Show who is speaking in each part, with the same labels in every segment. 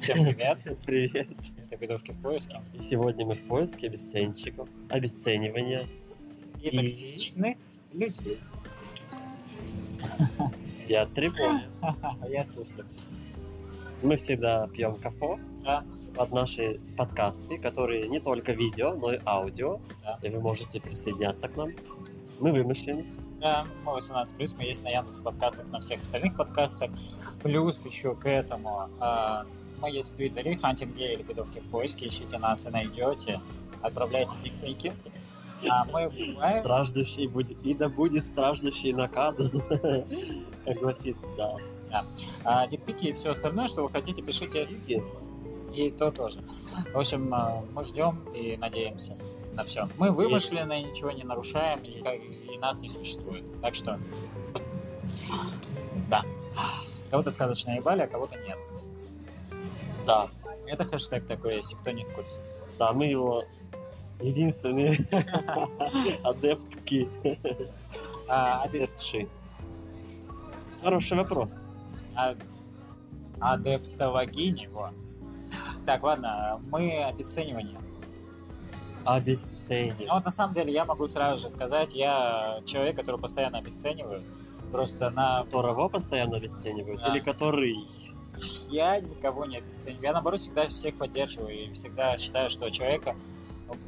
Speaker 1: Всем привет.
Speaker 2: Привет.
Speaker 1: Это «Бедовки в поиске».
Speaker 2: И сегодня мы в поиске обесценщиков, обесценивания.
Speaker 1: И,
Speaker 2: И-
Speaker 1: токсичных людей.
Speaker 2: Я трибун.
Speaker 1: Я суслик.
Speaker 2: Мы всегда пьем кафе
Speaker 1: Да.
Speaker 2: под наши подкасты, которые не только видео, но и аудио.
Speaker 1: Да.
Speaker 2: И вы можете присоединяться к нам. Мы вымышлены.
Speaker 1: Да, мы 18 плюс, мы есть на Яндекс подкастах, на всех остальных подкастах. Плюс еще к этому а, мы есть в Твиттере, Хантинг Гей или Бедовки в поиске. Ищите нас и найдете. Отправляйте дикпики. А мы в Дубае.
Speaker 2: Страждущий будет, и да будет страждущий наказан. Как гласит, да.
Speaker 1: А, дикпики и все остальное, что вы хотите, пишите. И то тоже. В общем, а, мы ждем и надеемся на все. Мы вымышленные, ничего не нарушаем, и, как- и нас не существует. Так что, да. Кого-то сказочно ебали, а кого-то нет.
Speaker 2: Да,
Speaker 1: Это хэштег такой, если кто не в курсе.
Speaker 2: да, мы его единственные адептки.
Speaker 1: А, адеп-
Speaker 2: Адептши. Хороший вопрос.
Speaker 1: а- адептологини, во. Так, ладно, мы обесценивание. Ну
Speaker 2: Обесценивание.
Speaker 1: вот на самом деле я могу сразу же сказать, я человек, которого постоянно обесцениваю. Просто на
Speaker 2: Которого постоянно обесценивают?
Speaker 1: Да.
Speaker 2: Или который?
Speaker 1: я никого не обесцениваю. Я, наоборот, всегда всех поддерживаю и всегда считаю, что у человека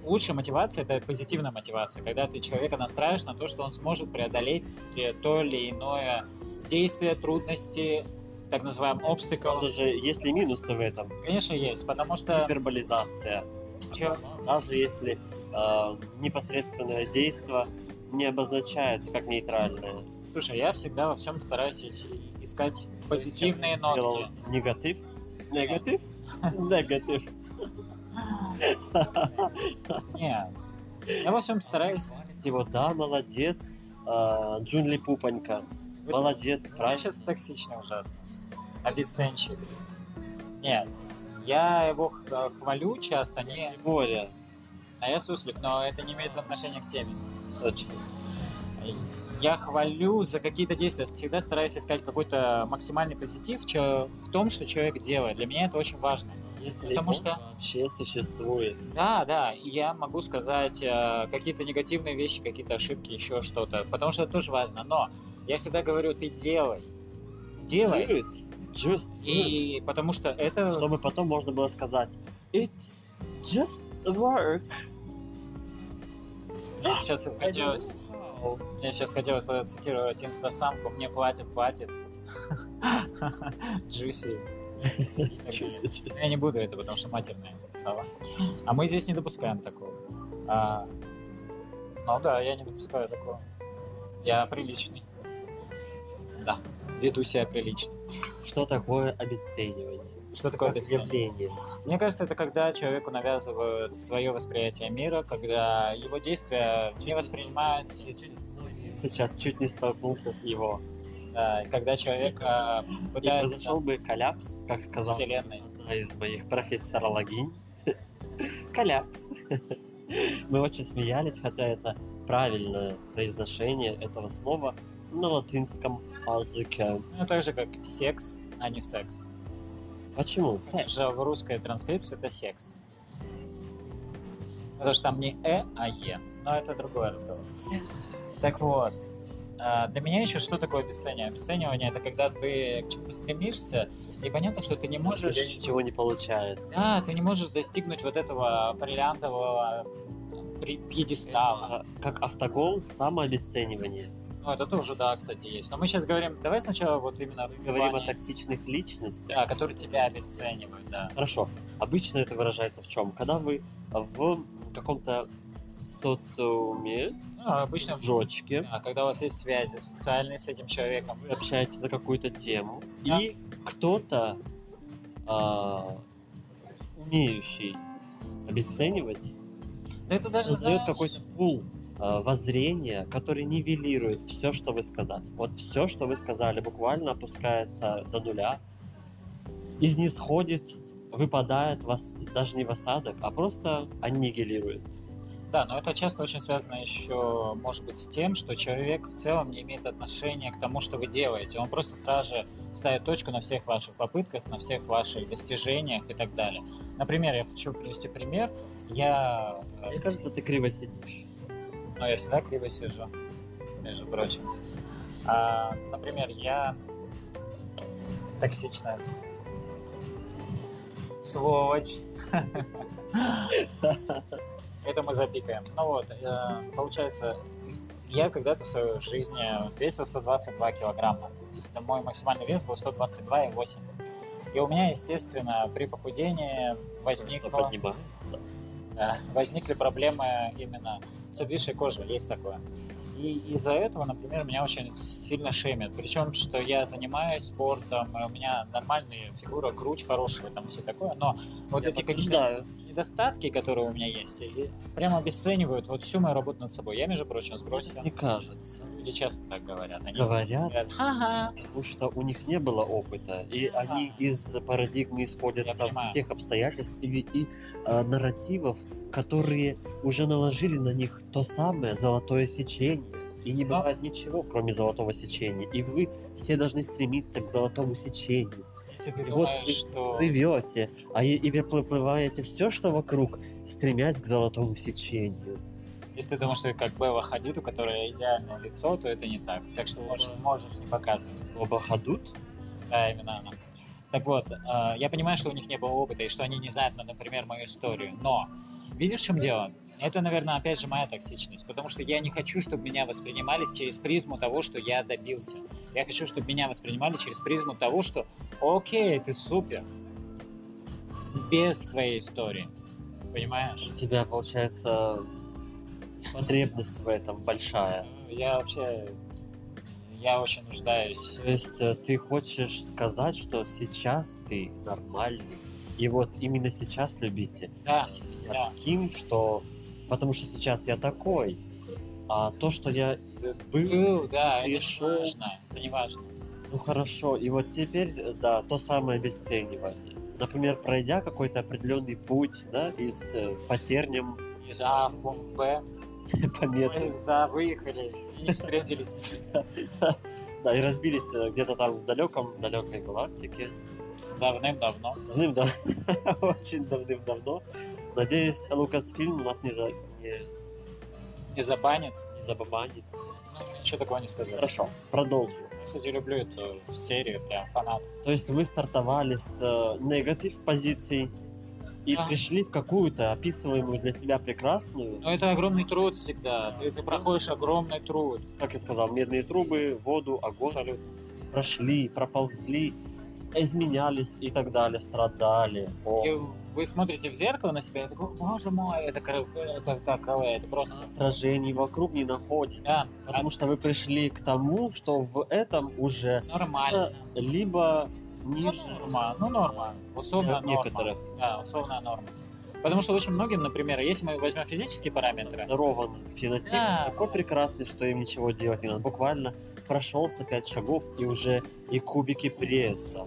Speaker 1: лучшая мотивация – это позитивная мотивация, когда ты человека настраиваешь на то, что он сможет преодолеть э, то или иное действие, трудности, так называемый obstacles.
Speaker 2: Даже есть ли минусы в этом?
Speaker 1: Конечно, есть, потому что
Speaker 2: Гиперболизация.
Speaker 1: чё-
Speaker 2: Даже если э, непосредственное действо не обозначается как нейтральное.
Speaker 1: слушай, я всегда во всем стараюсь ис- искать позитивные
Speaker 2: Если я
Speaker 1: нотки.
Speaker 2: сделал Негатив. Негатив? Негатив.
Speaker 1: Нет. Я во всем стараюсь.
Speaker 2: Типа, да, молодец. э, Джунли Пупанька. Молодец,
Speaker 1: Она
Speaker 2: правильно.
Speaker 1: сейчас токсично ужасно. Обесценщик. Нет. Я его х- э, хвалю часто, не...
Speaker 2: Боря.
Speaker 1: А я суслик, но это не имеет отношения к теме.
Speaker 2: Точно.
Speaker 1: Я хвалю за какие-то действия. Всегда стараюсь искать какой-то максимальный позитив чё- в том, что человек делает. Для меня это очень важно.
Speaker 2: Если
Speaker 1: Потому
Speaker 2: он
Speaker 1: что-
Speaker 2: вообще существует.
Speaker 1: Да, да, и я могу сказать э, какие-то негативные вещи, какие-то ошибки, еще что-то. Потому что это тоже важно. Но я всегда говорю, ты делай. Делай.
Speaker 2: Do it. Just do it.
Speaker 1: И потому что это...
Speaker 2: Чтобы потом можно было сказать It's just work.
Speaker 1: Сейчас хотелось... Я сейчас хотел процитировать инстасамку. Мне платит, платит. Джуси.
Speaker 2: Чувствую, чувствую.
Speaker 1: Я не буду это, потому что матерная слова. А мы здесь не допускаем такого. А, Ну да, я не допускаю такого. Я приличный. Да, веду себя прилично.
Speaker 2: Что такое обесценивание?
Speaker 1: Что такое
Speaker 2: Как
Speaker 1: обесценивание?
Speaker 2: явление?
Speaker 1: Мне кажется, это когда человеку навязывают свое восприятие мира, когда его действия не воспринимаются
Speaker 2: Сейчас чуть не столкнулся с его.
Speaker 1: Да, и Э, когда человек а,
Speaker 2: И
Speaker 1: пытается
Speaker 2: произошел бы коллапс, как сказал
Speaker 1: вселенной.
Speaker 2: одна из моих профессорологинь. Коллапс. Мы очень смеялись, хотя это правильное произношение этого слова на латинском языке.
Speaker 1: Ну, так же, как секс, а не секс.
Speaker 2: Почему? Секс.
Speaker 1: Же в русской транскрипции это секс. Потому что там не «э», а «е». Но это другой разговор. Так вот, а, для меня еще что такое обесценивание? Обесценивание — это когда ты к чему-то стремишься, и понятно, что ты не
Speaker 2: У тебя
Speaker 1: можешь...
Speaker 2: ничего не получается.
Speaker 1: Да, ты не можешь достигнуть вот этого бриллиантового при- пьедестала.
Speaker 2: А, Как автогол, самообесценивание.
Speaker 1: Ну, это тоже, да, кстати, есть. Но мы сейчас говорим, давай сначала вот именно в
Speaker 2: Мы говорим о
Speaker 1: плане,
Speaker 2: токсичных личностях.
Speaker 1: да, которые тебя обесценивают, да.
Speaker 2: Хорошо. Обычно это выражается в чем? Когда вы в каком-то социуме,
Speaker 1: Ну, а обычно в
Speaker 2: жочке,
Speaker 1: да, когда у вас есть связи социальные с этим человеком, э,
Speaker 2: вы общаетесь на какую-то тему,
Speaker 1: Да.
Speaker 2: и кто-то, а, умеющий обесценивать,
Speaker 1: да это даже
Speaker 2: создает
Speaker 1: знаешь,
Speaker 2: какой-то пул а, воззрения, который нивелирует все, что вы сказали. Вот все, что вы сказали, буквально опускается до нуля, изнисходит, выпадает вас даже не в осадок, а просто аннигилирует.
Speaker 1: Да, но это часто очень связано еще, может быть, с тем, что человек в целом не имеет отношения к тому, что вы делаете. Он просто сразу же ставит точку на всех ваших попытках, на всех ваших достижениях и так далее. Например, я хочу привести пример. Я, э,
Speaker 2: Мне кажется, ты криво сидишь.
Speaker 1: ну, я всегда криво сижу, между прочим. А, например, я токсичная с- сволочь. Это мы запикаем. Ну вот, э, получается, я когда-то в своей жизни весил 122 килограмма. То есть мой максимальный вес был 122,8. И у меня, естественно, при похудении
Speaker 2: Что
Speaker 1: возникло...
Speaker 2: поднимается.
Speaker 1: Э, возникли проблемы именно с обвисшей кожей, есть такое. И из-за этого, например, меня очень сильно шемят. Причем, что я занимаюсь спортом, и у меня нормальная фигура, грудь хорошая, там все такое, но вот
Speaker 2: Я
Speaker 1: эти какие-то
Speaker 2: подтверждаю.
Speaker 1: недостатки, которые у меня есть, и прямо обесценивают вот всю мою работу над собой. Я, между прочим, сбросил.
Speaker 2: Мне кажется.
Speaker 1: Люди часто так говорят. Они
Speaker 2: Говорят,
Speaker 1: говорят, ха-ха,
Speaker 2: потому что у них не было опыта, и
Speaker 1: Ага.
Speaker 2: они из парадигмы исходят
Speaker 1: Я
Speaker 2: там
Speaker 1: понимаю.
Speaker 2: тех обстоятельств или и э, нарративов, которые уже наложили на них то самое золотое сечение. И не
Speaker 1: Да.
Speaker 2: бывает ничего, кроме золотого сечения. И вы все должны стремиться к золотому сечению.
Speaker 1: если ты
Speaker 2: И вот
Speaker 1: думаешь,
Speaker 2: ты
Speaker 1: что...
Speaker 2: Плывете, а и, и вы проплываете все, что вокруг, стремясь к золотому сечению.
Speaker 1: Если ты думаешь, что ты как Белла Хадид, у которой идеальное лицо, то это не так. Так что можешь, можешь не показывать.
Speaker 2: Оба ходут?
Speaker 1: Да, именно она. Так вот, э, я понимаю, что у них не было опыта и что они не знают, ну, например, мою историю. Но видишь, в чем дело? Это, наверное, опять же моя токсичность, потому что я не хочу, чтобы меня воспринимали через призму того, что я добился. Я хочу, чтобы меня воспринимали через призму того, что «Окей, ты супер». Без твоей истории. Понимаешь?
Speaker 2: У тебя, получается, потребность в этом большая.
Speaker 1: Я вообще... Я очень нуждаюсь
Speaker 2: То есть э, ты хочешь сказать, что сейчас ты нормальный, и вот именно сейчас любите.
Speaker 1: Да,
Speaker 2: Я
Speaker 1: да.
Speaker 2: таким, что... Потому что сейчас я такой. А то, что я э, был,
Speaker 1: Был, да, это не
Speaker 2: пришел.
Speaker 1: важно. Это не важно.
Speaker 2: ну хорошо. И вот теперь, э, да, то самое обесценивание. Например, пройдя какой-то определенный путь, да, из э, потерням
Speaker 1: Из А в пункт Б
Speaker 2: пометным,
Speaker 1: поезда выехали и не встретились.
Speaker 2: да, и разбились э, где-то там в далеком, далекой галактике.
Speaker 1: Давным-давно.
Speaker 2: Давным-давно. Очень давным-давно. Надеюсь, Лукасфильм нас не, за... не...
Speaker 1: Не забанит.
Speaker 2: не забабанит.
Speaker 1: Ничего такого не сказал.
Speaker 2: Хорошо, продолжу.
Speaker 1: Я, кстати, люблю эту серию, прям фанат.
Speaker 2: То есть вы стартовали с э, негатив позиций и
Speaker 1: Да.
Speaker 2: пришли в какую-то описываемую для себя прекрасную,
Speaker 1: Но это огромный труд всегда. Ты, ты проходишь огромный труд.
Speaker 2: как я сказал, медные трубы, воду, огонь.
Speaker 1: Абсолютно.
Speaker 2: Прошли, проползли, изменялись и так далее, страдали. О,
Speaker 1: И вы смотрите в зеркало на себя и такой, боже мой, это кра- это так, э, это просто...
Speaker 2: Отражений вокруг не находите.
Speaker 1: Да,
Speaker 2: Потому что вы пришли к тому, что в этом уже
Speaker 1: а, нормально.
Speaker 2: либо
Speaker 1: Ну,
Speaker 2: ниже
Speaker 1: норма, ну норма. Условно
Speaker 2: для
Speaker 1: норма.
Speaker 2: некоторых
Speaker 1: Да, условная норма. Потому что очень многим, например, если мы возьмем физические параметры,
Speaker 2: дарован фенотип
Speaker 1: Да.
Speaker 2: такой прекрасный, что им ничего делать не надо. Буквально прошелся пять шагов и уже и кубики пресса,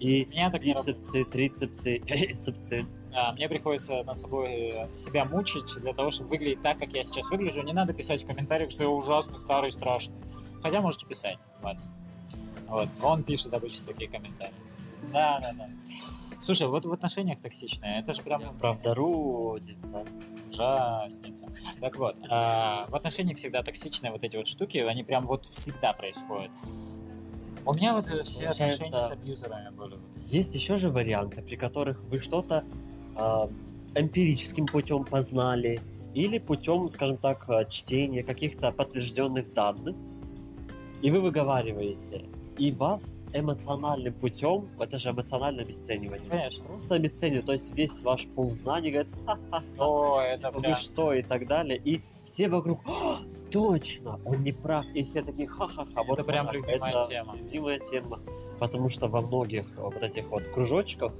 Speaker 2: и
Speaker 1: меня так не работает.
Speaker 2: бицепсы, трицепсы, бицепсы.
Speaker 1: Да, А, мне приходится над собой э, себя мучить для того, чтобы выглядеть так, как я сейчас выгляжу. Не надо писать в комментариях, что я ужасный, старый, страшный. Хотя можете писать, ладно. Вот, он пишет обычно такие комментарии. Да, да, да. Слушай, вот в отношениях токсичное, это же прям
Speaker 2: Правда, родится.
Speaker 1: ужасница. Так вот, а, в отношениях всегда токсичные вот эти вот штуки, они прям вот всегда происходят. У меня вот э, все
Speaker 2: Получается-
Speaker 1: отношения с абьюзерами были. вот.
Speaker 2: Есть еще же варианты, при которых вы что-то а, эмпирическим путем познали или путем, скажем так, а, чтения каких-то подтвержденных данных, и вы выговариваете, и вас эмоциональным путем, это же эмоциональное обесценивание,
Speaker 1: Конечно.
Speaker 2: просто обесценивают, то есть весь ваш пол знаний говорит, ха-ха-ха,
Speaker 1: О, это
Speaker 2: вы
Speaker 1: прям...
Speaker 2: что, и так далее, и все вокруг, «А, точно, он не прав, и все такие, ха-ха-ха, вот
Speaker 1: Это прям
Speaker 2: она,
Speaker 1: любимая
Speaker 2: это-
Speaker 1: тема.
Speaker 2: любимая тема, потому что во многих э, вот этих вот кружочках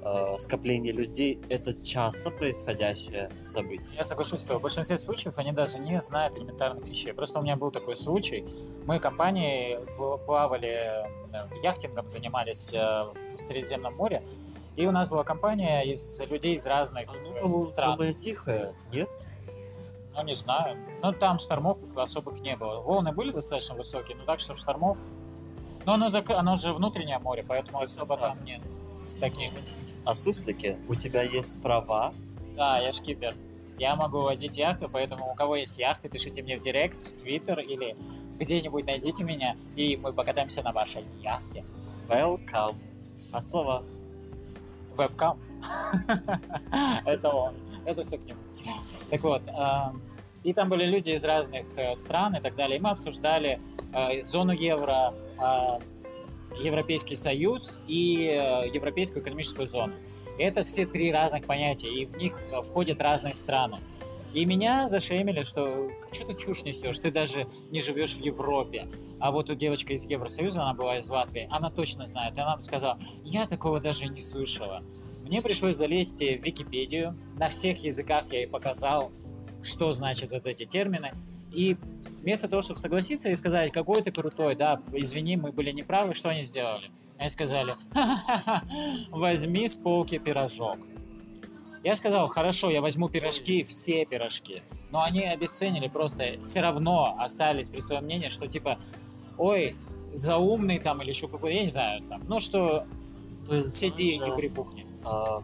Speaker 2: э, скопление людей это часто происходящее событие.
Speaker 1: Я соглашусь, что в большинстве случаев они даже не знают элементарных вещей. Просто у меня был такой случай. Мы компанией пл- плавали, э, яхтингом занимались э, в Средиземном море. И у нас была компания из людей из разных э,
Speaker 2: Ну, Оно, по-моему,
Speaker 1: стран.
Speaker 2: самое тихое, нет?
Speaker 1: Ну, не знаю. Ну, там штормов особых не было. Волны были достаточно высокие, но так, чтобы штормов... Но оно, зак- оно же внутреннее море, поэтому особо
Speaker 2: Да.
Speaker 1: там нет таких.
Speaker 2: А суслики, у тебя есть права.
Speaker 1: Да, я шкипер. Я могу водить яхту, поэтому у кого есть яхты, пишите мне в директ, в твиттер или где-нибудь найдите меня, и мы покатаемся на вашей яхте.
Speaker 2: Welcome. А слово
Speaker 1: Вебкам. Это он. Это все к нему. Так вот, эм, и там были люди из разных э, стран и так далее. И мы обсуждали э, зону евро, э, Европейский Союз и э, Европейскую экономическую зону. И это все три разных понятия, и в них э, входят разные страны. И меня зашемили, что что ты чушь несешь, ты даже не живешь в Европе. А вот у девочка из Евросоюза, она была из Латвии, она точно знает. И она мне сказала, я такого даже не слышала. Мне пришлось залезть в Википедию. На всех языках я ей показал, что значат вот эти термины. И вместо того, чтобы согласиться и сказать, какой ты крутой, да, извини, мы были неправы, что они сделали? Они сказали, «Ха-ха-ха, возьми с полки пирожок. Я сказал, хорошо, я возьму пирожки, все пирожки. Но они обесценили просто, все равно остались при своем мнении, что типа, ой, заумный там или еще какой-то, я не знаю, там, ну что
Speaker 2: То есть
Speaker 1: сиди и
Speaker 2: даже,
Speaker 1: не припухни.
Speaker 2: а,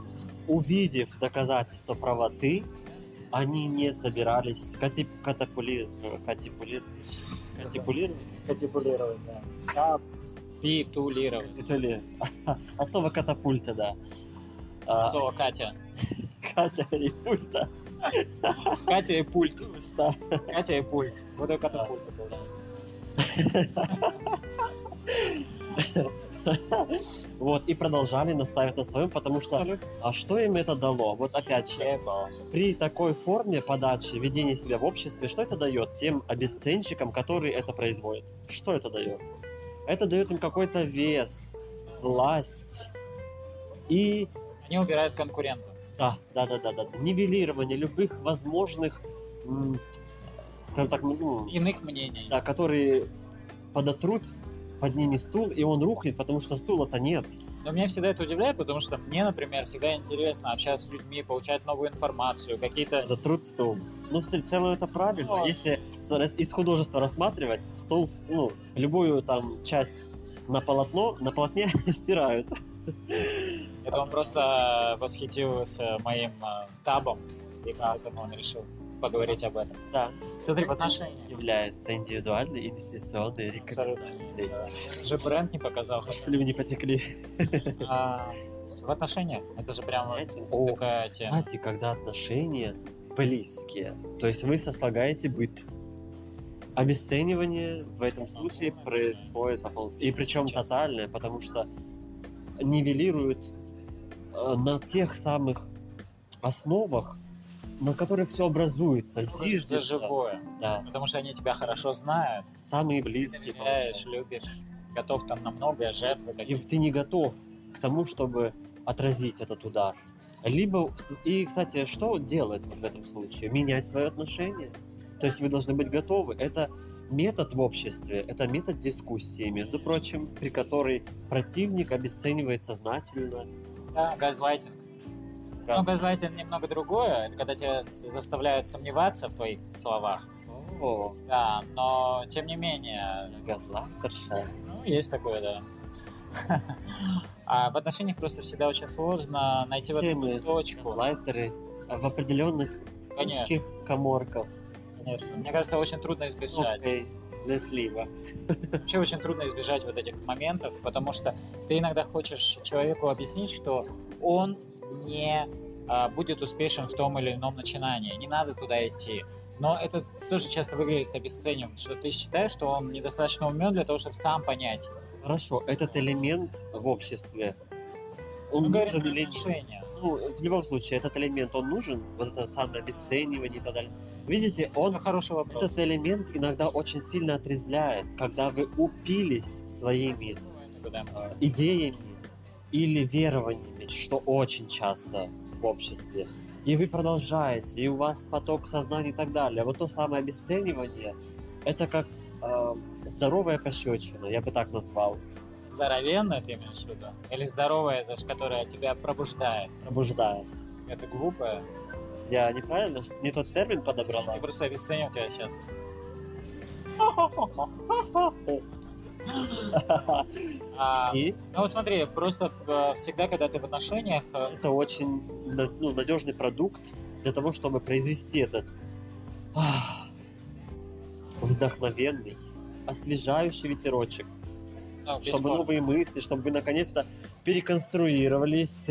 Speaker 2: увидев доказательства правоты, они не собирались кати, катапули, катипули- катипулировать.
Speaker 1: Катипулировать, да. Капитулировать.
Speaker 2: Капитули. А слово катапульта, да. А,
Speaker 1: Слово Катя.
Speaker 2: Катя и пульта.
Speaker 1: Катя и пульт.
Speaker 2: Пульта.
Speaker 1: Катя и пульт. Вот это катапульта получается.
Speaker 2: Вот, и продолжали наставить на своем, потому что...
Speaker 1: Абсолютно.
Speaker 2: А что им это дало? Вот опять же, при такой форме подачи, ведения себя в обществе, что это дает тем обесценщикам, которые это производят? Что это дает? Это дает им какой-то вес, власть и
Speaker 1: Они убирают конкурента.
Speaker 2: да, да, да, да, да, нивелирование любых возможных, м, скажем так, ну,
Speaker 1: Иных мнений.
Speaker 2: да, которые подотрут под ними стул, и он рухнет, потому что стула-то нет.
Speaker 1: Но меня всегда это удивляет, потому что мне, например, всегда интересно общаться с людьми, получать новую информацию, какие-то...
Speaker 2: Подотрут стул. Ну, в цел- целом это правильно.
Speaker 1: Да.
Speaker 2: Если с- рас- из художества рассматривать, стол, с- ну, любую там часть на полотно, на полотне стирают.
Speaker 1: Это он просто восхитился моим э, табом, и поэтому он решил поговорить об этом.
Speaker 2: Да,
Speaker 1: Смотри, в отношении.
Speaker 2: является индивидуальной инвестиционной
Speaker 1: Абсолютно.
Speaker 2: рекомендацией.
Speaker 1: Да. Же бренд не показал. хотя
Speaker 2: Если вы не потекли.
Speaker 1: А, в отношениях это же прям вот
Speaker 2: Знаете? О,
Speaker 1: такая тема.
Speaker 2: Знаете, когда отношения близкие, то есть вы сослагаете быт. Обесценивание в этом случае происходит опол- и причем тотальное, потому что нивелирует э, на тех самых основах, на которых все образуется,
Speaker 1: за
Speaker 2: зиждется.
Speaker 1: живое.
Speaker 2: Да,
Speaker 1: Потому что они тебя хорошо знают.
Speaker 2: самые
Speaker 1: Ты
Speaker 2: близкие.
Speaker 1: доверяешь,
Speaker 2: получается.
Speaker 1: любишь, готов там на многое, жертвы
Speaker 2: И
Speaker 1: какие-то.
Speaker 2: ты не готов к тому, чтобы отразить этот удар. Либо, и, кстати, что делать вот в этом случае? Менять свое отношение. То есть вы должны быть готовы. Это метод в обществе, это метод дискуссии, между прочим, при которой противник обесценивает сознательно.
Speaker 1: Да, газлайтинг. Ну,
Speaker 2: Раз.
Speaker 1: газлайтинг немного другое. Это когда тебя с- заставляют сомневаться в твоих словах.
Speaker 2: О,
Speaker 1: Ну Да, но тем не менее,
Speaker 2: газлайтерша.
Speaker 1: Ну, есть такое, да. А в отношениях просто всегда очень сложно найти вот
Speaker 2: Все
Speaker 1: эту
Speaker 2: мы
Speaker 1: точку.
Speaker 2: Газлайтеры а, в определенных
Speaker 1: Конечно,
Speaker 2: узких коморках.
Speaker 1: конечно. Мне кажется, очень трудно избежать.
Speaker 2: Окей, Для слива.
Speaker 1: Вообще очень трудно избежать вот этих моментов, потому что ты иногда хочешь человеку объяснить, что он не а, будет успешен в том или ином начинании, не надо туда идти. Но это тоже часто выглядит обесцениваем, что ты считаешь, что он недостаточно умен для того, чтобы сам понять.
Speaker 2: Хорошо, этот элемент в обществе,
Speaker 1: Мы
Speaker 2: он
Speaker 1: говорим
Speaker 2: нужен
Speaker 1: про
Speaker 2: или нет?
Speaker 1: Ну, отношения.
Speaker 2: Ну, в любом случае, этот элемент, он нужен, вот это самое обесценивание и так далее. Видите,
Speaker 1: Он
Speaker 2: он,
Speaker 1: хороший вопрос.
Speaker 2: этот элемент иногда очень сильно отрезвляет, когда вы упились своими
Speaker 1: Да.
Speaker 2: э, идеями или верованиями, что очень часто в обществе. И вы продолжаете, и у вас поток сознания и так далее. Вот то самое обесценивание, это как э, здоровая пощечина, я бы так назвал.
Speaker 1: Здоровенная ты имеешь в виду? Или здоровая, это ж, которая тебя пробуждает?
Speaker 2: пробуждает.
Speaker 1: Это глупая?
Speaker 2: Я неправильно, ш- не тот термин а подобрала?
Speaker 1: Я просто обесценил тебя сейчас. А,
Speaker 2: И
Speaker 1: ну вот смотри, просто э, всегда, когда ты в отношениях, э,
Speaker 2: это очень на- ну, надежный продукт для того, чтобы произвести этот ах, вдохновенный, освежающий ветерочек,
Speaker 1: ну, без
Speaker 2: чтобы
Speaker 1: спора.
Speaker 2: новые мысли, чтобы вы наконец-то переконструировались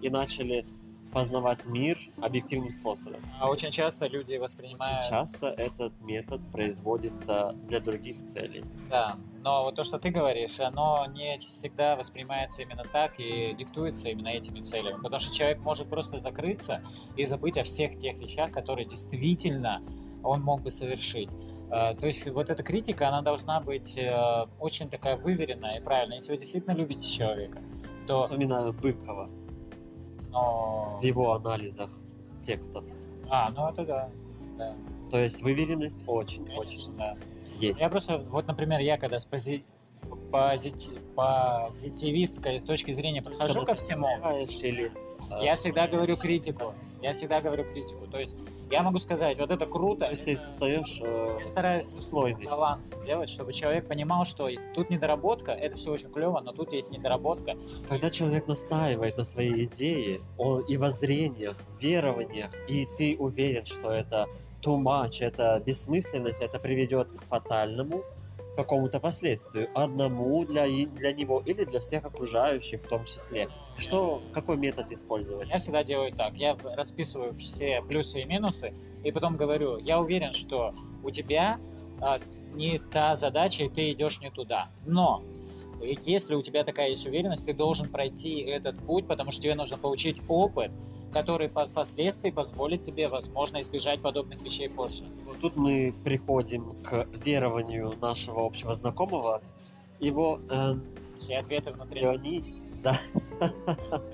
Speaker 2: и начали познавать мир объективным способом.
Speaker 1: А очень часто люди
Speaker 2: Очень
Speaker 1: воспринимают...
Speaker 2: часто этот метод производится для других целей.
Speaker 1: Да, но вот то, что ты говоришь, оно не всегда воспринимается именно так и диктуется именно этими целями. Потому что человек может просто закрыться и забыть о всех тех вещах, которые действительно он мог бы совершить. Э, То есть вот эта критика, она должна быть э, очень такая выверенная и правильная. Если вы действительно любите человека, то...
Speaker 2: Вспоминаю Быкова
Speaker 1: Но...
Speaker 2: в его анализах текстов.
Speaker 1: А, ну это да. да
Speaker 2: То есть выверенность очень-очень
Speaker 1: конечно, да.
Speaker 2: есть.
Speaker 1: Я просто, вот, например, я когда с пози- позити- позитивистской точки зрения подхожу
Speaker 2: Чтобы
Speaker 1: ко
Speaker 2: ты
Speaker 1: всему,
Speaker 2: понимаешь или, э,
Speaker 1: Я всегда говорю критику. Я всегда говорю критику. То есть я могу сказать, вот это круто.
Speaker 2: Ну, То есть ты
Speaker 1: это-
Speaker 2: создаешь э,
Speaker 1: Я стараюсь
Speaker 2: слойность.
Speaker 1: баланс сделать, чтобы человек понимал, что и тут недоработка, это все очень клево, но тут есть недоработка.
Speaker 2: Когда человек настаивает на своей идее он, и воззрениях, верованиях, и ты уверен, что это too much, это бессмысленность, это приведет к фатальному какому-то последствию. Одному для, и- для него или для всех окружающих в том числе. Что, какой метод использовать?
Speaker 1: Я всегда делаю так. Я расписываю все плюсы и минусы, и потом говорю, я уверен, что у тебя а, не та задача, и ты идешь не туда. Но если у тебя такая есть уверенность, ты должен пройти этот путь, потому что тебе нужно получить опыт, который под- впоследствии позволит тебе, возможно, избежать подобных вещей позже.
Speaker 2: Вот тут мы приходим к верованию нашего общего знакомого. Его эм,
Speaker 1: Все ответы внутри.
Speaker 2: Дионис, да.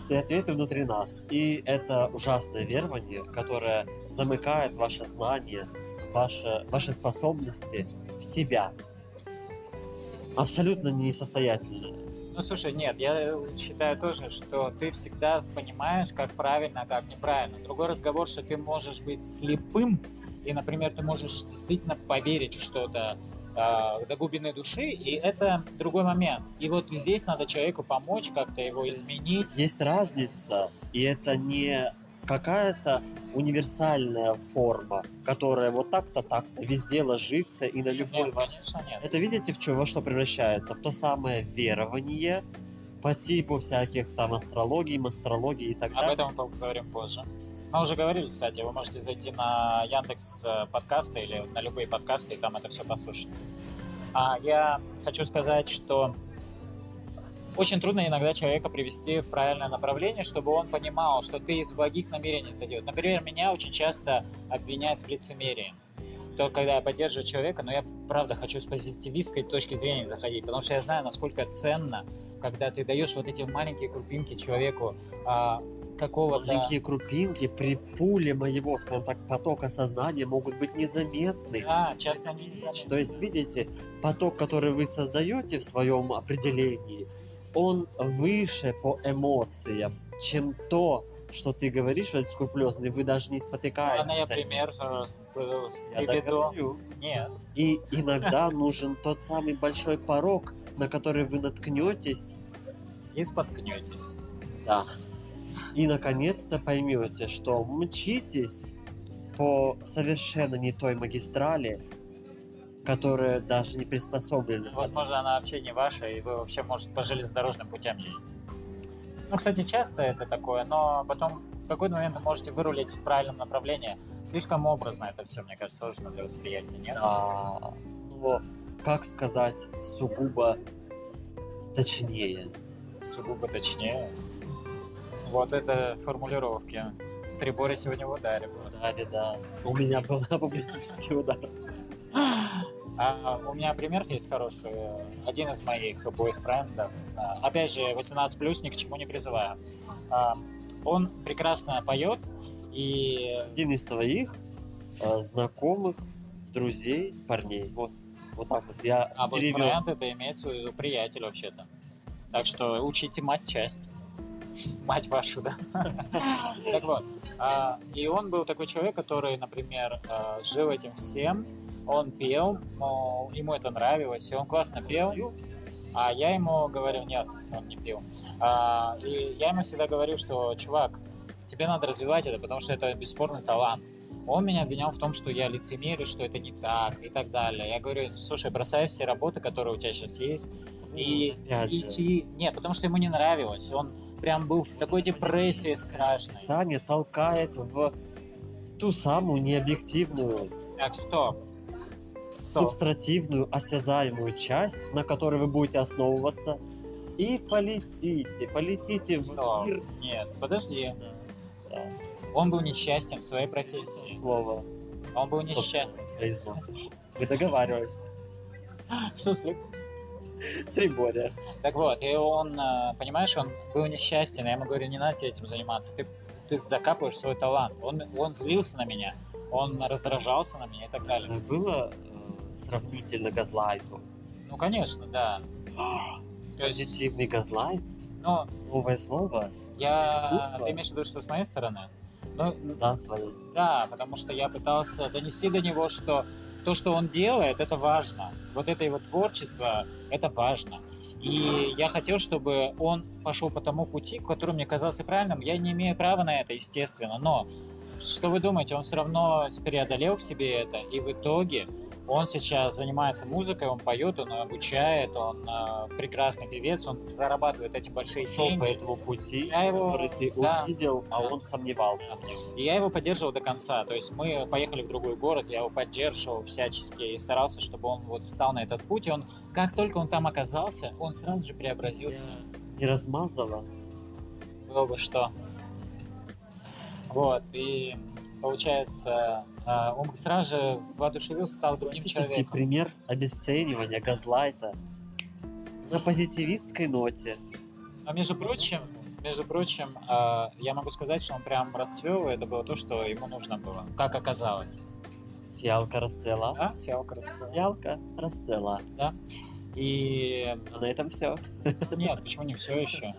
Speaker 2: Все ответы внутри нас. И это ужасное верование, которое замыкает ваши знания, ваши, ваши способности в себя. Абсолютно несостоятельное.
Speaker 1: Ну, слушай, нет, я э, считаю тоже, что ты всегда понимаешь, как правильно, а как неправильно. Другой разговор, что ты можешь быть слепым, и, например, ты можешь действительно поверить в что-то э, до глубины души, и это другой момент. И вот здесь надо человеку помочь, как-то его изменить.
Speaker 2: Есть разница, и это не какая-то универсальная форма, которая вот так-то, так-то везде ложится и на любой
Speaker 1: Нет, конечно, нет.
Speaker 2: Это видите, в чего что превращается? В то самое верование по типу всяких там астрологий, мастрологий и так
Speaker 1: Об
Speaker 2: далее.
Speaker 1: этом мы поговорим позже. Мы уже говорили, кстати, вы можете зайти на Яндекс э, подкасты или на любые подкасты, и там это все послушать. А я хочу сказать, что очень трудно иногда человека привести в правильное направление, чтобы он понимал, что ты из благих намерений это делаешь. Например, меня очень часто обвиняют в лицемерии. То, когда я поддерживаю человека, но я правда хочу с позитивистской точки зрения заходить, потому что я знаю, насколько ценно, когда ты даешь вот эти маленькие крупинки человеку а, какого-то...
Speaker 2: Маленькие крупинки при пуле моего, скажем так, потока сознания могут быть незаметны.
Speaker 1: Да, часто они не заметны.
Speaker 2: То есть, видите, поток, который вы создаете в своем определении, он выше по эмоциям, чем то, что ты говоришь, вот скрупулезный, вы даже не спотыкаетесь.
Speaker 1: Ладно, Ну, я
Speaker 2: о нём.
Speaker 1: пример э, э,
Speaker 2: А, Я так
Speaker 1: приведу.
Speaker 2: говорю.
Speaker 1: Нет.
Speaker 2: И иногда нужен тот самый большой порог, на который вы наткнетесь,
Speaker 1: И споткнетесь.
Speaker 2: да, и наконец-то поймете, что мчитесь по совершенно не той магистрали, которая даже не приспособлена.
Speaker 1: Возможно, она вообще не ваша, и вы вообще, может, по железнодорожным путям едете. Ну, кстати, часто это такое, но потом в какой-то момент вы можете вырулить в правильном направлении. Слишком образно это все, мне кажется, сложно для восприятия, нет?
Speaker 2: А, ну, как сказать сугубо точнее?
Speaker 1: Сугубо точнее. Вот это формулировки. Три Боря сегодня в ударе просто.
Speaker 2: Да, да. У меня был публистический удар.
Speaker 1: А, у меня пример есть хороший. Один из моих бойфрендов. а, Опять же, 18 плюс ни к чему не призываю. А, Он прекрасно поет и
Speaker 2: один из твоих э, знакомых, друзей, парней. Вот, вот так вот я
Speaker 1: а
Speaker 2: перевел.
Speaker 1: бойфренд это имеется в виду приятель вообще-то. Так что учите мать часть. мать вашу, да? Так вот. а, И он был такой человек, который, например, а, жил этим всем. Он пел, мол, ему это нравилось, и он классно пел.
Speaker 2: Ну,
Speaker 1: А я ему говорю, нет, он не пил. А, и я ему всегда говорю, что, чувак, тебе надо развивать это, потому что это бесспорный талант. Он меня обвинял в том, что я лицемерю, что это не так и так далее. Я говорю, слушай, бросай все работы, которые у тебя сейчас есть, и,
Speaker 2: Опять
Speaker 1: и
Speaker 2: же.
Speaker 1: идти. Нет, потому что ему не нравилось. Он прям был в такой депрессии страшной.
Speaker 2: Сами толкает в ту самую необъективную,
Speaker 1: Так, стоп. Стоп.
Speaker 2: субстративную, осязаемую часть, на которой вы будете основываться, и полетите, полетите в
Speaker 1: Стоп.
Speaker 2: мир.
Speaker 1: Нет, подожди.
Speaker 2: Да, да,
Speaker 1: Он был несчастен в своей профессии.
Speaker 2: слово
Speaker 1: Он был
Speaker 2: Стоп.
Speaker 1: несчастен.
Speaker 2: произносишь. Вы договаривались.
Speaker 1: Суслик.
Speaker 2: Три Боря.
Speaker 1: Так вот, и он, э, понимаешь, он был несчастен. Я ему говорю, не надо тебе этим заниматься. Ты, ты закапываешь свой талант. Он, он злился на меня. Он раздражался на меня и так далее.
Speaker 2: Было э, сравнительно газлайту.
Speaker 1: Ну, конечно, да. То есть,
Speaker 2: Позитивный газлайт,
Speaker 1: ну,
Speaker 2: новое слово,
Speaker 1: я...
Speaker 2: Это искусство.
Speaker 1: Ты имеешь в виду, что с моей стороны? Ну,
Speaker 2: да, с твоей.
Speaker 1: Да, потому что я пытался донести до него, что то, что он делает, это важно. Вот это его творчество, это важно. И я хотел, чтобы он пошел по тому пути, который мне казался правильным. Я не имею права на это, естественно, но что вы думаете, он все равно преодолел в себе это, и в итоге он сейчас занимается музыкой, он поет, он обучает, он э, прекрасный певец, он зарабатывает эти большие
Speaker 2: Шел по
Speaker 1: деньги.
Speaker 2: этому пути,
Speaker 1: Я его-
Speaker 2: который ты
Speaker 1: да.
Speaker 2: увидел, а
Speaker 1: Да.
Speaker 2: он сомневался.
Speaker 1: И я его поддерживал до конца. То есть мы поехали в другой город, я его поддерживал всячески и старался, чтобы он вот встал на этот путь. И он, как только он там оказался, он сразу же преобразился.
Speaker 2: Не размазала.
Speaker 1: Было бы что. Вот, и получается, а, он сразу же воодушевился, стал другим
Speaker 2: Классический
Speaker 1: человеком.
Speaker 2: пример обесценивания газлайта на позитивистской ноте.
Speaker 1: Но между прочим, между прочим, а, я могу сказать, что он прям расцвел, и это было то, что ему нужно было, как оказалось.
Speaker 2: Фиалка расцвела.
Speaker 1: Да, фиалка расцвела.
Speaker 2: Фиалка расцвела.
Speaker 1: И
Speaker 2: А на этом все.
Speaker 1: Нет, почему не все еще?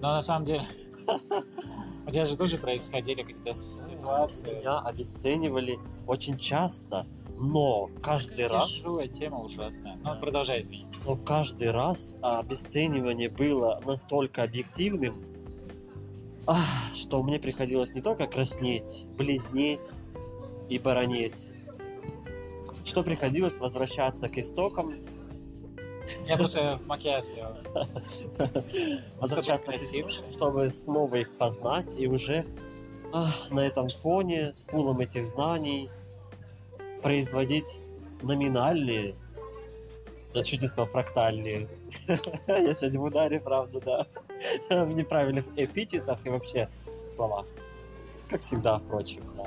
Speaker 1: Но на самом деле, у тебя же тоже происходили какие-то ситуации.
Speaker 2: Меня обесценивали очень часто, но каждый раз
Speaker 1: Тяжелая тема ужасная. Ну, продолжай, извини.
Speaker 2: Но каждый раз а, обесценивание было настолько объективным, ах, что мне приходилось не только краснеть, бледнеть и баронеть, что приходилось возвращаться к истокам,
Speaker 1: Я просто макияж сделал.
Speaker 2: возвращаться к
Speaker 1: красивше.
Speaker 2: истокам, чтобы снова их познать и уже ах, на этом фоне, с пулом этих знаний, производить номинальные, я чуть не сказал фрактальные. Я сегодня в ударе, правда, да. В неправильных эпитетах и вообще словах. Как всегда, впрочем, да.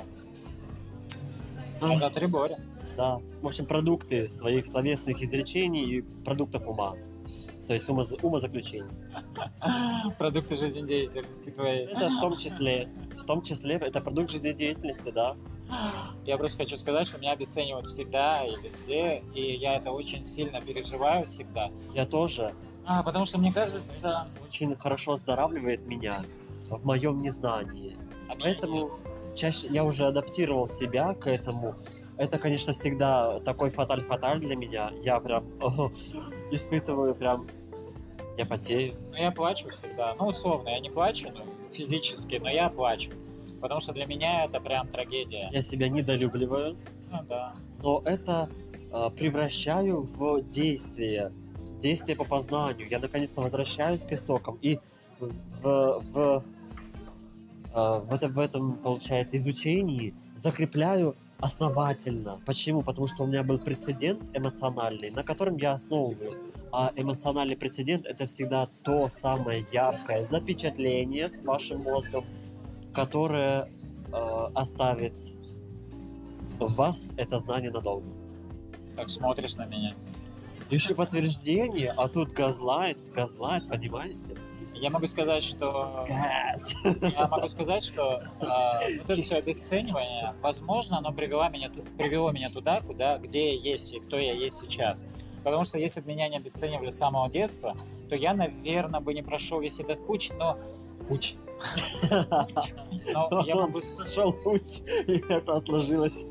Speaker 1: Это три боря.
Speaker 2: Да. В общем, продукты своих словесных изречений и продуктов ума. То есть ума, умозаключений.
Speaker 1: Продукты жизнедеятельности твоей.
Speaker 2: Это в том числе, в том числе, это продукт жизнедеятельности, да.
Speaker 1: Я просто хочу сказать, что меня обесценивают всегда и везде, и я это очень сильно переживаю всегда.
Speaker 2: Я тоже.
Speaker 1: А, потому что мне кажется...
Speaker 2: Очень хорошо оздоравливает меня в моем незнании.
Speaker 1: а меня
Speaker 2: Поэтому
Speaker 1: нет.
Speaker 2: чаще я уже адаптировал себя к этому. Это, конечно, всегда такой фаталь-фаталь для меня. Я прям испытываю прям... Я потею.
Speaker 1: Ну, я плачу всегда. Ну, условно, я не плачу ну, физически, но я плачу. Потому что для меня это прям трагедия.
Speaker 2: Я себя недолюбливаю.
Speaker 1: Ну, да.
Speaker 2: Но это э, превращаю в действие. Действие по познанию. Я наконец-то возвращаюсь к истокам. И в, в, э, в, это- в этом, получается, изучении закрепляю основательно. Почему? Потому что у меня был прецедент эмоциональный, на котором я основываюсь. А эмоциональный прецедент — это всегда то самое яркое запечатление с вашим мозгом, которое э, оставит в вас это знание надолго.
Speaker 1: Так смотришь на меня.
Speaker 2: Еще подтверждение, а тут газлайт, газлайт, понимаете?
Speaker 1: Я могу сказать, что
Speaker 2: Газ.
Speaker 1: я могу сказать, что э, вот это все обесценивание, возможно, оно привело меня, ту- привело меня туда, куда, где я есть и кто я есть сейчас. Потому что если бы меня не обесценивали с самого детства, то я, наверное, бы не прошел весь этот путь, но
Speaker 2: Пуч.
Speaker 1: Но я
Speaker 2: Он
Speaker 1: могу, с-
Speaker 2: сошел путь, и это отложилось.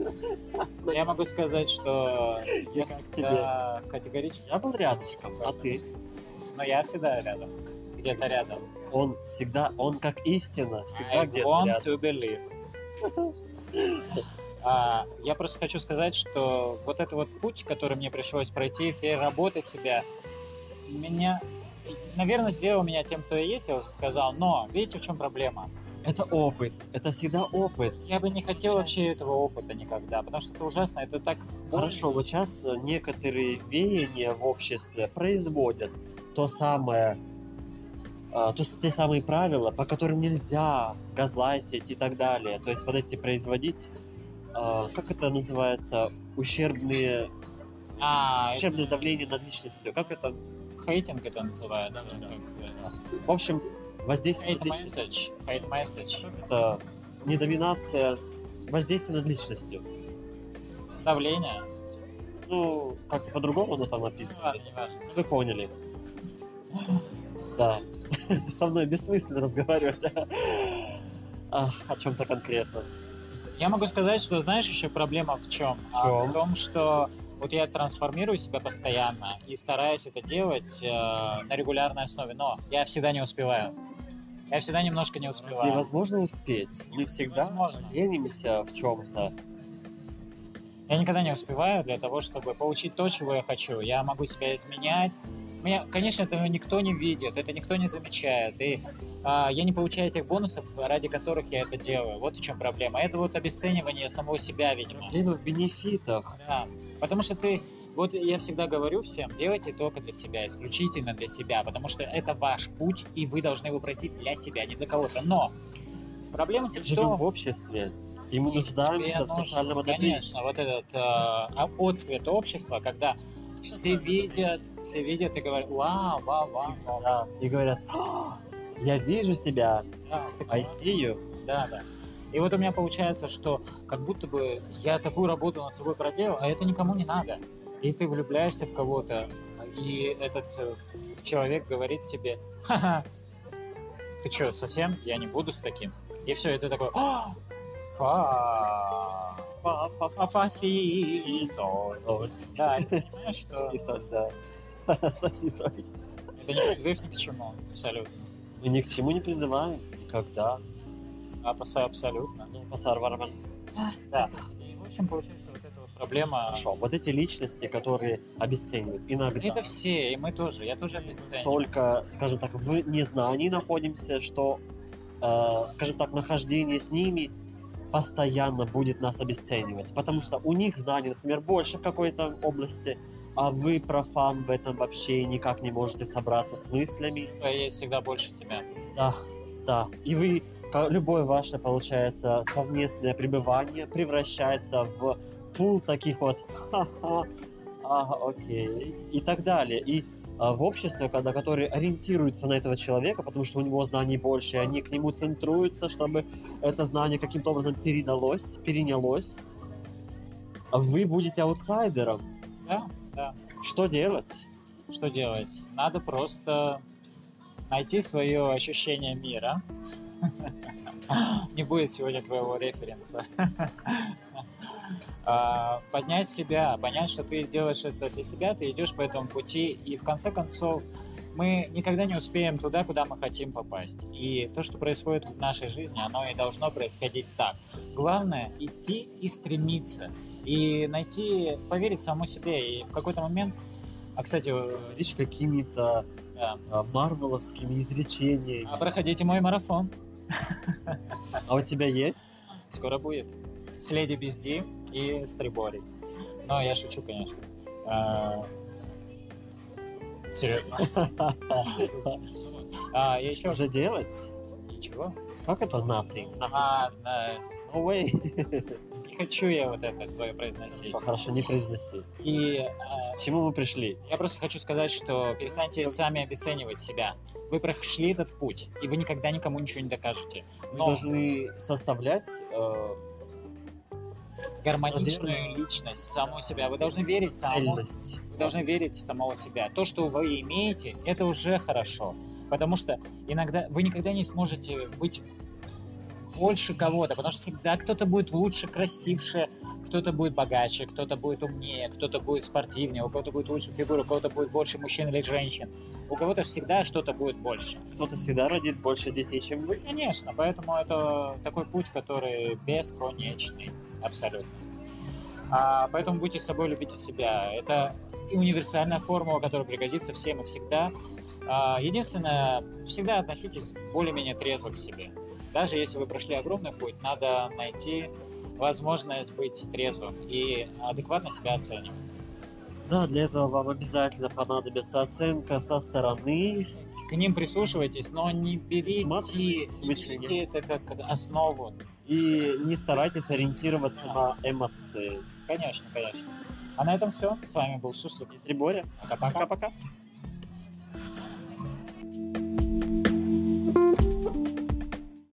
Speaker 1: я могу сказать, что я
Speaker 2: как
Speaker 1: всегда категорически...
Speaker 2: Я был рядышком, а ты?
Speaker 1: Но я всегда рядом. Где-то рядом.
Speaker 2: Он всегда, он как истина, всегда
Speaker 1: I
Speaker 2: где-то
Speaker 1: want
Speaker 2: рядом.
Speaker 1: to believe. А, я просто хочу сказать, что вот этот вот путь, который мне пришлось пройти, переработать себя, меня, наверное, сделал меня тем, кто я есть, я уже сказал, но видите, в чем проблема?
Speaker 2: Это опыт, это всегда опыт.
Speaker 1: Я бы не хотел вообще этого опыта никогда, потому что это ужасно, это так больно.
Speaker 2: Ну, Хорошо, вот сейчас некоторые веяния в обществе производят то самое, а, то, с- те самые правила, по которым нельзя газлайтить и так далее. То есть вот эти производить, а, как это называется, ущербные,
Speaker 1: А, это
Speaker 2: ущербное давление над личностью. Как это?
Speaker 1: хейтинг это называется.
Speaker 2: Да-да-да.
Speaker 1: как, э,
Speaker 2: В общем, воздействие
Speaker 1: Hate
Speaker 2: над личностью.
Speaker 1: message. Hate message.
Speaker 2: Это не доминация, воздействие над личностью.
Speaker 1: Давление. Ну,
Speaker 2: Ну, как по-другому оно там
Speaker 1: Не важно, не
Speaker 2: описывается.
Speaker 1: важно.
Speaker 2: Вы поняли. Да. Со мной бессмысленно разговаривать а, о чем-то конкретном.
Speaker 1: Я могу сказать, что знаешь еще проблема в чем?
Speaker 2: В чём?
Speaker 1: в том, что вот я трансформирую себя постоянно и стараюсь это делать э, на регулярной основе, но я всегда не успеваю. Я всегда немножко не
Speaker 2: Разве
Speaker 1: успеваю.
Speaker 2: возможно успеть? Мы всегда
Speaker 1: Возможно.
Speaker 2: ленимся в чем-то.
Speaker 1: Я никогда не успеваю для того, чтобы получить то, чего я хочу. Я могу себя изменять. Меня, конечно, этого никто не видит, это никто не замечает. И а, я не получаю тех бонусов, ради которых я это делаю. Вот в чем проблема. Это вот обесценивание самого себя, видимо.
Speaker 2: Время в бенефитах.
Speaker 1: Да, потому что ты, вот я всегда говорю всем, делайте только для себя, исключительно для себя, потому что это ваш путь, и вы должны его пройти для себя, не для кого-то. Но проблема
Speaker 2: Мы
Speaker 1: в
Speaker 2: живем в
Speaker 1: том,
Speaker 2: обществе, и мы
Speaker 1: И тебе
Speaker 2: нуждаемся в
Speaker 1: нужен,
Speaker 2: социальном одобрении.
Speaker 1: Конечно, вот этот э, а- отцвет общества, когда все видят, все видят и говорят, вау, вау, вау, вау.
Speaker 2: Да, и говорят, «А, я вижу тебя,
Speaker 1: Да, ты
Speaker 2: I
Speaker 1: классный».
Speaker 2: see you.
Speaker 1: Да, да. И вот у меня получается, что как будто бы я такую работу над собой проделал, а это никому не надо. И ты влюбляешься в кого-то, и этот э, в- человек говорит тебе, ха-ха, ты что, совсем? Я не буду с таким. И все, и ты такой, «А, фа афаси соль». Да, и ты понимаешь, что
Speaker 2: Сосисок, да. Сосисок.
Speaker 1: это не призыв ни к чему, абсолютно.
Speaker 2: Мы ни к чему не призываем. Никогда.
Speaker 1: Апаса а абсолютно.
Speaker 2: Ну, Пасар Варварман.
Speaker 1: Да. И, в общем, получается вот эта вот проблема.
Speaker 2: Хорошо. Вот эти личности, которые обесценивают иногда.
Speaker 1: Это все, и мы тоже. Я тоже обесцениваю.
Speaker 2: Столько, скажем так, в незнании находимся, что, э, скажем так, нахождение с ними постоянно будет нас обесценивать. Потому что у них знаний, например, больше в какой-то области, а вы, профан, в этом вообще никак не можете собраться с мыслями.
Speaker 1: Э, Я всегда больше тебя.
Speaker 2: Да, да. И вы, ка- любое ваше, получается, совместное пребывание превращается в пул таких вот «Ха-ха, а, окей, и так далее. И а, в обществе, когда, которые ориентируются на этого человека, потому что у него знаний больше, и они к нему центруются, чтобы это знание каким-то образом передалось, перенялось, а вы будете аутсайдером.
Speaker 1: Да,
Speaker 2: Что делать?
Speaker 1: что делать? Надо просто найти свое ощущение мира. Не будет сегодня твоего референса. А, Поднять себя, понять, что ты делаешь это для себя, ты идешь по этому пути, и в конце концов мы никогда не успеем туда, куда мы хотим попасть. И то, что происходит в нашей жизни, оно и должно происходить так. Главное — идти и стремиться, и найти, поверить самому себе, и в какой-то момент... А, кстати,
Speaker 2: Речь какими-то
Speaker 1: да.
Speaker 2: а, марвеловскими изречениями.
Speaker 1: А проходите мой марафон.
Speaker 2: А у тебя есть?
Speaker 1: Скоро будет. С леди без Ди и с Триборей. Но я шучу, конечно. А, Серьезно. А, я еще...
Speaker 2: Уже делать?
Speaker 1: Ничего.
Speaker 2: Как это nothing?
Speaker 1: А, да,
Speaker 2: No way.
Speaker 1: не хочу я вот это твое произносить.
Speaker 2: Типа, Хорошо, не произноси.
Speaker 1: И а,
Speaker 2: К чему мы пришли?
Speaker 1: Я просто хочу сказать, что перестаньте сами обесценивать себя. Вы прошли этот путь, и вы никогда никому ничего не докажете.
Speaker 2: Мы
Speaker 1: Но
Speaker 2: должны составлять... э,
Speaker 1: гармоничную
Speaker 2: наверное,
Speaker 1: личность, саму себя, вы должны верить самому
Speaker 2: цельность.
Speaker 1: Вы должны верить в самого себя. То, что вы имеете, это уже хорошо. Потому что иногда вы никогда не сможете быть больше кого-то, потому что всегда кто-то будет лучше, красивше, кто-то будет богаче, кто-то будет умнее, кто-то будет спортивнее, у кого-то будет лучше фигура, у кого-то будет больше мужчин или женщин. У кого-то всегда что-то будет больше.
Speaker 2: Кто-то всегда родит больше детей, чем вы.
Speaker 1: Конечно, поэтому это такой путь, который бесконечный, абсолютно. А, поэтому будьте собой, любите себя. Это и универсальная формула, которая пригодится всем и всегда. А, единственное, всегда относитесь более-менее трезво к себе. Даже если вы прошли огромный путь, надо найти возможность быть трезвым и адекватно себя оценивать.
Speaker 2: Да, для этого вам обязательно понадобится оценка со стороны.
Speaker 1: К ним прислушивайтесь, но не берите,
Speaker 2: Всматривайтесь в
Speaker 1: не берите
Speaker 2: мышление.
Speaker 1: это как основу.
Speaker 2: И не старайтесь ориентироваться на эмоции.
Speaker 1: Конечно, конечно. А на этом все. С вами был Суслик.
Speaker 2: Три Боря.
Speaker 1: Пока-пока.
Speaker 2: Пока-пока.